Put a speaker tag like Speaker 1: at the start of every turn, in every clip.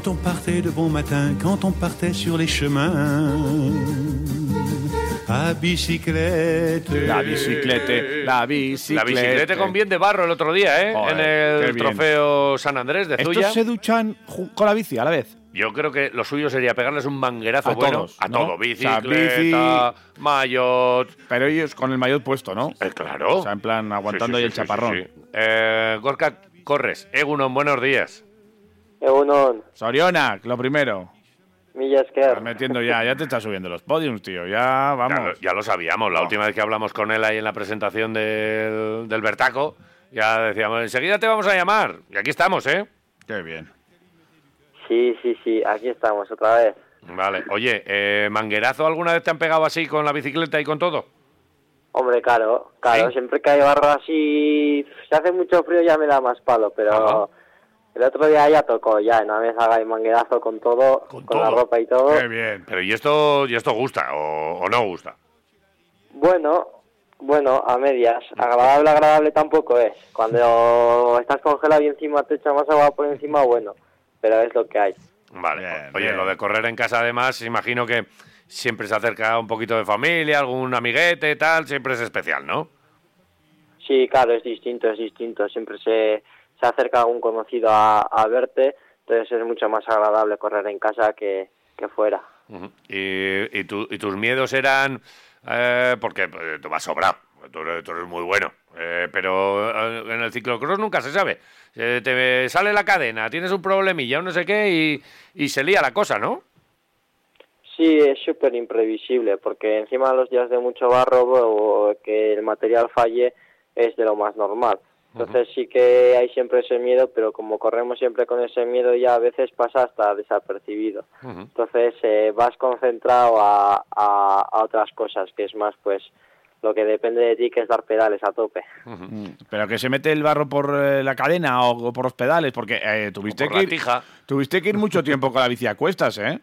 Speaker 1: de bon matin quand on partait sur les chemins. À bicyclette.
Speaker 2: La bicicleta, la
Speaker 3: La
Speaker 2: bicicleta.
Speaker 3: bicicleta con bien de barro el otro día, ¿eh?
Speaker 2: Joder,
Speaker 3: en
Speaker 2: qué
Speaker 3: el
Speaker 2: bien.
Speaker 3: trofeo San Andrés de Zuya.
Speaker 2: Estos se duchan ju- con la bici a la vez.
Speaker 3: Yo creo que lo suyo sería pegarles un manguerazo
Speaker 2: A
Speaker 3: bueno
Speaker 2: todos,
Speaker 3: a
Speaker 2: ¿no?
Speaker 3: todo.
Speaker 2: O sea,
Speaker 3: Bicicleta,
Speaker 2: bici-
Speaker 3: maillot.
Speaker 2: Pero ellos con el maillot puesto, ¿no?
Speaker 3: eh, claro.
Speaker 2: O sea, en plan aguantando
Speaker 3: Sí, sí,
Speaker 2: ahí el
Speaker 3: sí, sí,
Speaker 2: chaparrón.
Speaker 3: sí, sí. Eh, Gorka Corres, Egunon, buenos días.
Speaker 4: Egunon,
Speaker 2: Soriona, lo primero.
Speaker 4: millasker.
Speaker 2: Estás metiendo ya, ya te estás subiendo los podiums, tío. Ya,
Speaker 3: Ya lo-
Speaker 2: vamos.
Speaker 3: Ya, lo sabíamos, la
Speaker 2: No.
Speaker 3: última vez que hablamos con él ahí en la presentación del, del Bertaco, ya decíamos, enseguida te vamos a llamar. Y aquí estamos, ¿eh?
Speaker 2: Qué bien.
Speaker 4: Sí, sí, sí, aquí estamos otra vez.
Speaker 3: Vale, oye, eh, ¿manguerazo alguna vez te han pegado así con la bicicleta y con todo?
Speaker 4: Hombre, claro, claro,
Speaker 3: ¿Sí?
Speaker 4: siempre que hay barro así, si hace mucho frío ya me da más palo, pero
Speaker 3: Ajá.
Speaker 4: el otro día ya tocó, ya, en una vez haga el manguerazo con todo,
Speaker 3: Con
Speaker 4: con, la
Speaker 3: todo.
Speaker 4: ropa y todo.
Speaker 2: Qué bien.
Speaker 3: Pero ¿y esto, y esto gusta o, o no gusta?
Speaker 4: Bueno, bueno, a medias, agradable, agradable tampoco es. Cuando estás congelado y encima te echa más agua por encima, bueno, pero es lo que hay.
Speaker 3: Vale,
Speaker 2: Bien,
Speaker 3: oye,
Speaker 2: bien.
Speaker 3: lo de correr en casa además, imagino que siempre se acerca un poquito de familia, algún amiguete, tal, siempre es especial, ¿no?
Speaker 4: Sí, claro, es distinto, es distinto. Siempre se, se acerca algún conocido a, a verte, entonces es mucho más agradable correr en casa que, que fuera.
Speaker 3: Ujú. y, y tu- y tus miedos eran. eh, porque eh, tú vas sobrado, tú, eres- tú eres muy bueno. eh, pero eh, en el ciclocross nunca se sabe. Eh, te sale la cadena, tienes un problemilla, un no sé qué, y, y se lía la cosa, ¿no?
Speaker 4: Sí, es súper imprevisible, porque encima de los días de mucho barro o que el material falle es de lo más normal. Entonces sí que hay siempre ese miedo, pero como corremos siempre con ese miedo ya a veces pasa hasta desapercibido.
Speaker 3: Ujú.
Speaker 4: Entonces eh, vas concentrado a, a- a otras cosas, que es más pues lo que depende de ti, que es dar pedales a tope.
Speaker 2: Mm, Pero que se mete el barro por eh, la cadena o, o por los pedales, porque eh, tuviste,
Speaker 3: O por
Speaker 2: que
Speaker 3: la
Speaker 2: ir,
Speaker 3: tija.
Speaker 2: tuviste que ir mucho tiempo con la bici a cuestas, ¿eh?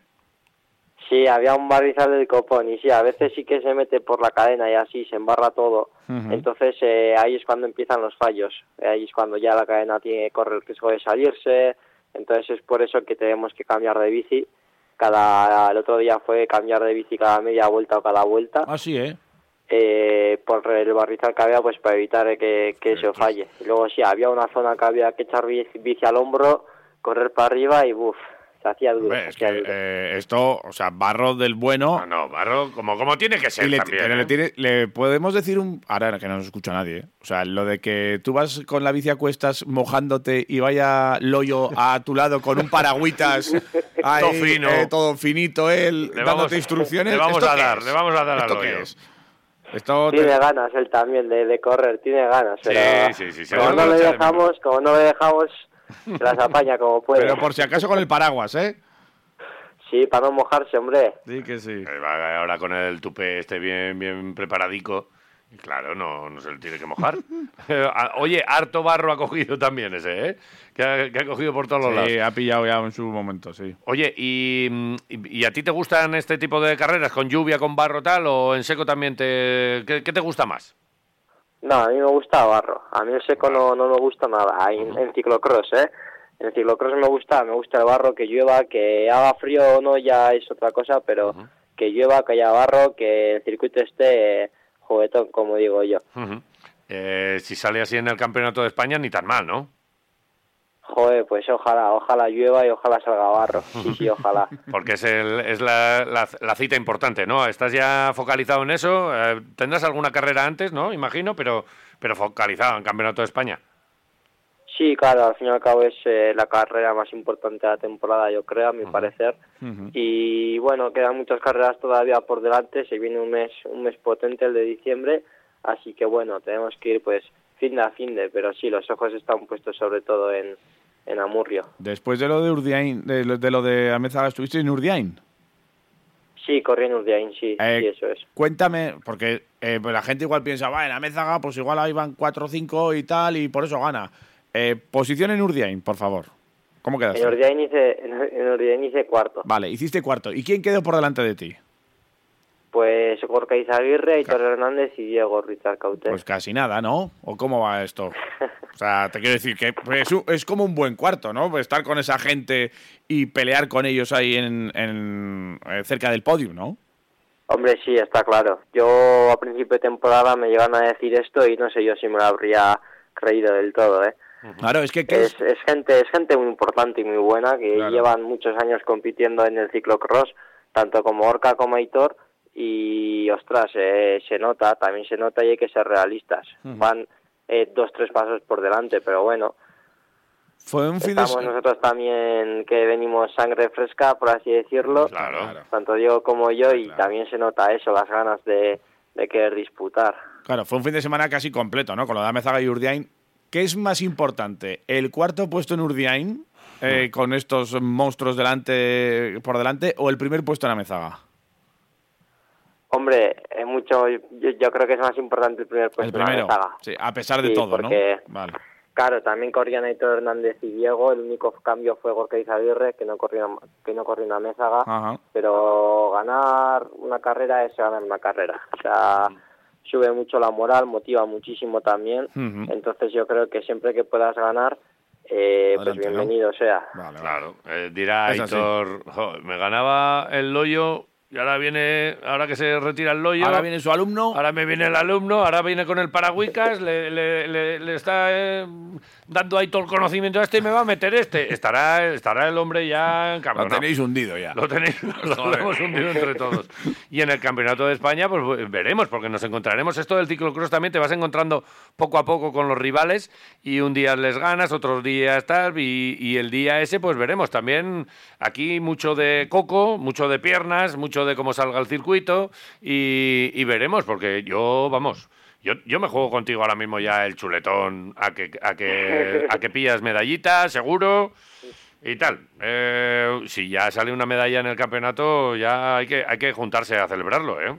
Speaker 4: Sí, había un barrizal del copón y sí, a veces sí que se mete por la cadena y así se embarra todo.
Speaker 2: Ujú.
Speaker 4: Entonces eh, ahí es cuando empiezan los fallos, Eh, ahí es cuando ya la cadena tiene corre el riesgo de salirse. Entonces es por eso que tenemos que cambiar de bici. Cada el otro día fue cambiar de bici cada media vuelta o cada vuelta
Speaker 2: Ah, sí, ¿eh?
Speaker 4: eh, por el barrizal que había, pues para evitar eh, que, que eso falle. Y luego sí, había una zona que había que echar bici, bici al hombro, correr para arriba y buf, se hacía duro.
Speaker 2: Hombre,
Speaker 4: se
Speaker 2: es que
Speaker 4: hacía duro.
Speaker 2: eh, esto, o sea, barro del bueno.
Speaker 3: Ah, No, no, barro, como, como tiene que ser
Speaker 2: Y le,
Speaker 3: también.
Speaker 2: pero
Speaker 3: ¿eh?
Speaker 2: le tiene- le podemos decir un. Ahora que no nos escucha nadie. ¿eh? O sea, lo de que tú vas con la bici a cuestas mojándote y vaya Loyo a tu lado con un paragüitas. ahí,
Speaker 3: Todo fino.
Speaker 2: eh, todo finito él,
Speaker 3: Le vamos-
Speaker 2: dándote instrucciones.
Speaker 3: le vamos
Speaker 2: ¿Esto
Speaker 3: a
Speaker 2: qué
Speaker 3: dar,
Speaker 2: es?
Speaker 3: le vamos a dar a
Speaker 2: ¿Esto qué
Speaker 3: Loyo.
Speaker 2: es? Esto.
Speaker 4: Tiene
Speaker 2: te-
Speaker 4: ganas él también de, de correr, tiene ganas.
Speaker 3: Sí,
Speaker 4: pero
Speaker 3: sí, sí, seguro
Speaker 4: Como
Speaker 3: que
Speaker 4: no
Speaker 3: lo
Speaker 4: le
Speaker 3: echa de
Speaker 4: dejamos, como no le dejamos, se las apaña como puede.
Speaker 2: Pero por si acaso con el paraguas, ¿eh?
Speaker 4: Sí, para no mojarse, hombre.
Speaker 2: Sí, que sí.
Speaker 3: Eh, va Ahora con el tupé este bien, bien preparadico. y Claro, no, no se le tiene que mojar. Ah, Oye, harto barro ha cogido también ese, ¿eh? Que ha, que ha cogido por todos los lados.
Speaker 2: Sí, ha pillado ya en su momento, sí.
Speaker 3: Oye, ¿y, mm, y- y a ti te gustan este tipo de carreras? ¿Con lluvia, con barro tal? ¿O en seco también te.? ¿Qué, qué te gusta más?
Speaker 4: No, a mí me gusta barro. A mí el seco no, no me gusta nada. Ahí En, en ciclocross, ¿eh? En ciclocross me gusta, me gusta el barro, que llueva, que haga frío o no ya es otra cosa, pero que llueva, que haya barro, que el circuito esté eh, juguetón, como digo yo.
Speaker 3: Ujú. Eh, si sale así en el Campeonato de España, ni tan mal, ¿no?
Speaker 4: Joder, pues ojalá, ojalá llueva y ojalá salga barro. Sí, sí, ojalá.
Speaker 3: Porque es, el- es la, la- la cita importante, ¿no? Estás ya focalizado en eso. eh, tendrás alguna carrera antes, ¿no? Imagino, pero, pero focalizado en Campeonato de España.
Speaker 4: Sí, claro, al fin y al cabo es eh, la carrera más importante de la temporada, yo creo, a mi parecer. Y bueno, quedan muchas carreras todavía por delante, se viene un mes, un mes potente el de diciembre, así que bueno, tenemos que ir pues fin de a fin de, pero sí, los ojos están puestos sobre todo en, en Amurrio.
Speaker 2: Después de lo de Urdiain, de, lo- de lo de Amezaga, estuviste en Urdiain.
Speaker 4: Sí, corriendo un día, sí,
Speaker 2: Eh,
Speaker 4: sí, eso es.
Speaker 2: Cuéntame, porque eh, pues la gente igual piensa, va, en Amézaga, pues igual ahí van 4 o 5 y tal, y por eso gana. Eh, posición en Urdiain, por favor. ¿Cómo quedaste?
Speaker 4: En Urdiain hice, en, en Urdiain hice cuarto.
Speaker 2: Vale, hiciste cuarto. ¿Y quién quedó por delante de ti?
Speaker 4: Pues Gorka Izaguirre, Aitor Hernández y Diego Richard Cauter.
Speaker 2: Pues casi nada, ¿no? ¿O cómo va esto? O sea, te quiero decir que pues, es, u- es como un buen cuarto, ¿no? Pues Estar con esa gente y pelear con ellos ahí en, en- eh, cerca del podio, ¿no?
Speaker 4: Hombre, sí, está claro. Yo a principio de temporada me llegan a decir esto y no sé yo si me lo habría creído del todo, ¿eh?
Speaker 2: Claro, es que ¿qué
Speaker 4: Es,
Speaker 2: es?
Speaker 4: es gente es gente muy importante y muy buena que
Speaker 2: Claro.
Speaker 4: llevan muchos años compitiendo en el ciclocross, tanto como Orca como Aitor y ostras, eh, se nota, también se nota y hay que ser realistas. Van eh, dos tres pasos por delante, pero bueno,
Speaker 2: fue un fin de
Speaker 4: estamos
Speaker 2: semana.
Speaker 4: nosotros también que venimos sangre fresca, por así decirlo.
Speaker 3: Claro.
Speaker 4: tanto Diego como yo, y
Speaker 2: Claro.
Speaker 4: también se nota eso, las ganas de, de querer disputar.
Speaker 2: Claro, fue un fin de semana casi completo, ¿no? Con lo de Amezaga y Urdiain. ¿Qué es más importante? ¿El cuarto puesto en Urdiain, eh,
Speaker 4: Mm.
Speaker 2: con estos monstruos delante por delante, o el primer puesto en Amezaga?
Speaker 4: Hombre, es mucho, yo, yo creo que es más importante el primer puesto.
Speaker 2: el
Speaker 4: la
Speaker 2: primero.
Speaker 4: ventaja.
Speaker 2: Sí, a pesar de
Speaker 4: Pues Sí,
Speaker 2: todo,
Speaker 4: porque-
Speaker 2: ¿no? Vale.
Speaker 4: Claro, también corrían Aitor Hernández y Diego, el único cambio fue Gorka Izagirre, que no corrió, que no corrió una mesaga,
Speaker 2: Ajá.
Speaker 4: pero ganar una carrera es ganar una carrera. O sea,
Speaker 2: Mm.
Speaker 4: sube mucho la moral, motiva muchísimo también,
Speaker 2: Ujú.
Speaker 4: entonces yo creo que siempre que puedas ganar, eh, pues
Speaker 2: Adelante, ¿no?
Speaker 4: bienvenido sea.
Speaker 2: Vale, vale.
Speaker 3: Claro, eh, dirá
Speaker 2: Es así.
Speaker 3: Aitor, "Jo, me ganaba el loyo y ahora viene, ahora que se retira el loyo,
Speaker 2: Ahora viene su alumno.
Speaker 3: ahora me viene el alumno, ahora viene con el paraguicas, le, le- le- le está eh, dando a Aitor conocimiento a este y me va a meter este. Estará, estará el hombre ya
Speaker 2: lo
Speaker 3: encabronado.
Speaker 2: tenéis hundido ya.
Speaker 3: Lo tenéis, lo hemos hundido entre todos. Y en el Campeonato de España, pues veremos, porque nos encontraremos. Esto del ciclocross también te vas encontrando poco a poco con los rivales y un día les ganas, otros días tal, y, y el día ese, pues veremos. También aquí mucho de coco, mucho de piernas, mucho de cómo salga el circuito y, y veremos, porque yo, vamos. Yo, yo me juego contigo ahora mismo ya el chuletón a que, a que, a que pillas medallita, seguro. Y tal, Eh, si ya sale una medalla en el campeonato, ya hay que, hay que juntarse a celebrarlo, ¿eh?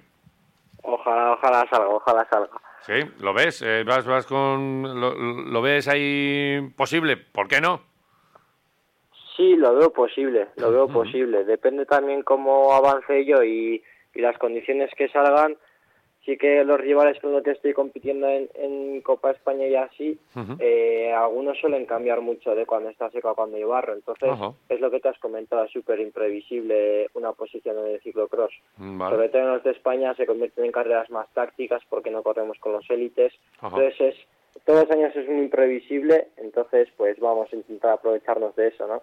Speaker 4: Ojalá, ojalá salga, ojalá salga.
Speaker 3: Sí, lo ves, Eh, vas, vas con, lo, lo ves ahí posible, ¿por qué no?
Speaker 4: Sí, lo veo posible, lo veo posible. Depende también cómo avance yo y, y las condiciones que salgan. Sí que los rivales con los que estoy compitiendo en, en Copa España y así, eh, algunos suelen cambiar mucho de cuando está seco a cuando hay barro. Entonces,
Speaker 3: Ajá.
Speaker 4: es lo que te has comentado, es súper imprevisible una posición en el ciclocross.
Speaker 3: Mm, vale.
Speaker 4: Sobre todo en los de España se convierten en carreras más tácticas porque no corremos con los élites.
Speaker 3: Ajá.
Speaker 4: Entonces, es, todos los años es muy imprevisible, entonces pues vamos a intentar aprovecharnos de eso, ¿no?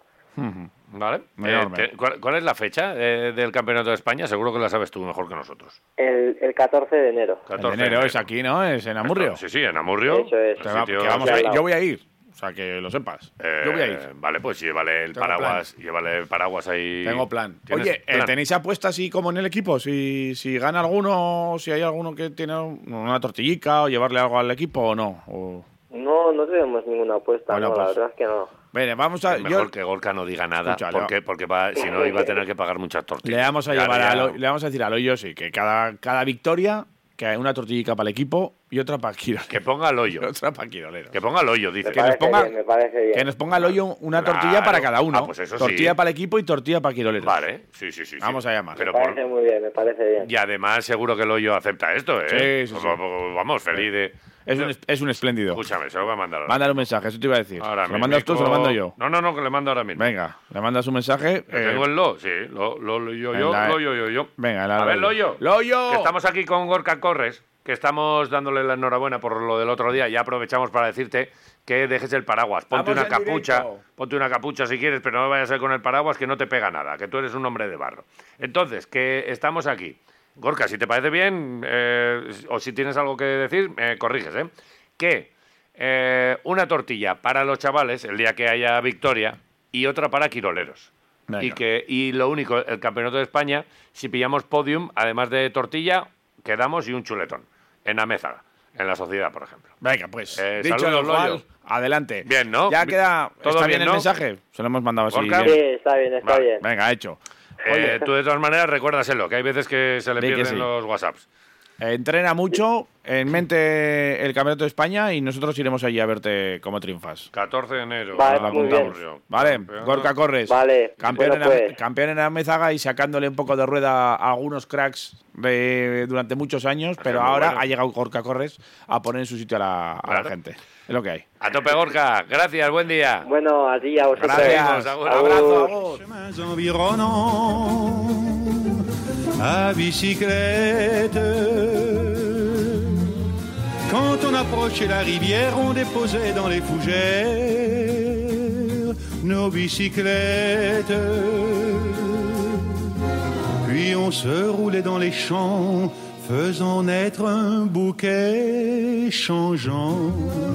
Speaker 3: ¿Vale?
Speaker 2: Enorme.
Speaker 3: Eh, te- ¿cuál, cuál es la fecha eh, del Campeonato de España? Seguro que la sabes tú mejor que nosotros.
Speaker 4: El, el 14 de enero.
Speaker 3: 14
Speaker 2: En
Speaker 3: de
Speaker 2: enero es aquí, ¿no? Es en Amurrio.
Speaker 3: Sí, sí, en Amurrio.
Speaker 4: Eso es.
Speaker 3: El
Speaker 2: Que va-
Speaker 3: sitio-
Speaker 2: que vamos
Speaker 4: sí,
Speaker 2: a
Speaker 4: al
Speaker 2: ir.
Speaker 4: lado.
Speaker 2: Yo voy a ir. O sea, que lo sepas. Yo voy a ir.
Speaker 3: Eh, Vale, pues llévale el
Speaker 2: Tengo
Speaker 3: paraguas, llévale el paraguas ahí.
Speaker 2: Tengo plan.
Speaker 3: ¿Tienes
Speaker 2: Oye, eh,
Speaker 3: plan?
Speaker 2: ¿tenéis apuestas así como en el equipo? Si, si gana alguno, si hay alguno que tiene un- una tortillica o llevarle algo al equipo o no. O-
Speaker 4: No, no tenemos ninguna apuesta,
Speaker 2: Bueno,
Speaker 4: no, la
Speaker 2: pues.
Speaker 4: verdad es que no.
Speaker 2: Mire, vamos a.
Speaker 3: Mejor
Speaker 2: yo-
Speaker 3: que Gorka no diga nada,
Speaker 2: Escucha,
Speaker 3: porque, porque va- si no iba a tener que pagar muchas tortillas.
Speaker 2: Le vamos a
Speaker 3: Ya,
Speaker 2: llevar
Speaker 3: ya.
Speaker 2: a Lo- le vamos a decir a Loyo sí, que cada, cada victoria, que hay una tortillica para el equipo y otra para Quiroleros.
Speaker 3: Que ponga el hoyo.
Speaker 2: Otra para Quiroleros.
Speaker 3: Que ponga el hoyo, dice.
Speaker 4: Me
Speaker 2: nos
Speaker 4: parece
Speaker 2: ponga-
Speaker 4: bien, me parece bien.
Speaker 2: Que nos ponga el hoyo una
Speaker 3: Claro.
Speaker 2: tortilla para cada uno.
Speaker 3: Ah, pues eso sí.
Speaker 2: tortilla para el equipo y tortilla para Quiroleros.
Speaker 3: Vale, ¿eh? sí, sí, sí. sí.
Speaker 2: Vamos a llamar.
Speaker 3: Pero
Speaker 4: Me
Speaker 3: por-
Speaker 4: parece muy bien, me parece bien.
Speaker 3: Y además seguro que el hoyo acepta esto, ¿eh?
Speaker 2: Sí, sí, sí.
Speaker 3: Pues, pues, Vamos, feliz de...
Speaker 2: Es un, es- es un espléndido.
Speaker 3: Escúchame, se lo voy a mandar ahora.
Speaker 2: Mándale un mensaje, eso te iba a decir.
Speaker 3: Ahora
Speaker 2: ¿Se lo
Speaker 3: mismo.
Speaker 2: mandas tú o se lo mando yo?
Speaker 3: No, no, no, que le mando ahora mismo.
Speaker 2: Venga, le mandas un mensaje.
Speaker 3: Que
Speaker 2: eh,
Speaker 3: Tengo el lo, sí. Lo, lo, lo, yo,
Speaker 2: en
Speaker 3: yo,
Speaker 2: la-
Speaker 3: lo, yo, yo, yo.
Speaker 2: Venga, la-
Speaker 3: A ver, Loyo.
Speaker 2: Loyo.
Speaker 3: Que estamos aquí con Gorka Corres, que estamos dándole la enhorabuena por lo del otro día. Ya aprovechamos para decirte que dejes el paraguas. Ponte
Speaker 2: Vamos
Speaker 3: una
Speaker 2: en
Speaker 3: capucha,
Speaker 2: directo.
Speaker 3: ponte una capucha si quieres, pero no vayas a ser con el paraguas que no te pega nada, que tú eres un hombre de barro. Entonces, que estamos aquí. Gorka, si te parece bien, eh, o si tienes algo que decir, me corriges, ¿eh? Que eh, una tortilla para los chavales el día que haya victoria y otra para quiroleros.
Speaker 2: Venga.
Speaker 3: Y, que, y lo único, el Campeonato de España, si pillamos podium, además de tortilla, quedamos y un chuletón. En Amézaga, en la sociedad, por ejemplo.
Speaker 2: Venga, pues.
Speaker 3: Eh,
Speaker 2: dicho
Speaker 3: saludos,
Speaker 2: lo cual,
Speaker 3: Loyo.
Speaker 2: adelante.
Speaker 3: Bien, ¿no?
Speaker 2: Ya
Speaker 3: Bien.
Speaker 2: queda.
Speaker 3: ¿Todo
Speaker 2: ¿Está bien,
Speaker 3: bien,
Speaker 2: el
Speaker 3: no?
Speaker 2: mensaje? Se lo hemos mandado así.
Speaker 3: Gorka.
Speaker 2: bien.
Speaker 4: Sí, está bien, está
Speaker 3: Vale,
Speaker 4: bien.
Speaker 2: Venga, hecho.
Speaker 3: Eh, tú, de todas maneras, recuérdaselo, que hay veces que se le
Speaker 2: Di que
Speaker 3: pierden
Speaker 2: sí.
Speaker 3: los WhatsApps.
Speaker 2: Entrena mucho, en mente el Campeonato de España y nosotros iremos allí a verte cómo triunfas.
Speaker 3: 14 de enero.
Speaker 4: Vale,
Speaker 3: ahora
Speaker 4: Ah, muy
Speaker 3: apuntamos
Speaker 4: bien.
Speaker 3: yo.
Speaker 2: Vale,
Speaker 3: Campeonato.
Speaker 2: Gorka Corres.
Speaker 4: Vale,
Speaker 2: Campeón,
Speaker 4: bueno,
Speaker 2: en la-
Speaker 4: pues.
Speaker 2: campeón en la mezaga y sacándole un poco de rueda a algunos cracks de- durante muchos años, pero
Speaker 3: muy
Speaker 2: ahora
Speaker 3: bueno.
Speaker 2: ha llegado Gorka Corres a poner en su sitio a la, a la
Speaker 3: Claro.
Speaker 2: gente. Es lo que hay.
Speaker 3: A tope, Gorka. Gracias, buen día.
Speaker 4: Bueno, a ti, a vosotros.
Speaker 3: Gracias. Un abrazo.
Speaker 4: Agur.
Speaker 2: Agur.
Speaker 1: Chemins environnants à bicyclette. Quand on approchait la rivière, on déposait dans les fougères nos bicyclettes. Puis on se roulait dans les champs, faisant naître un bouquet changeant.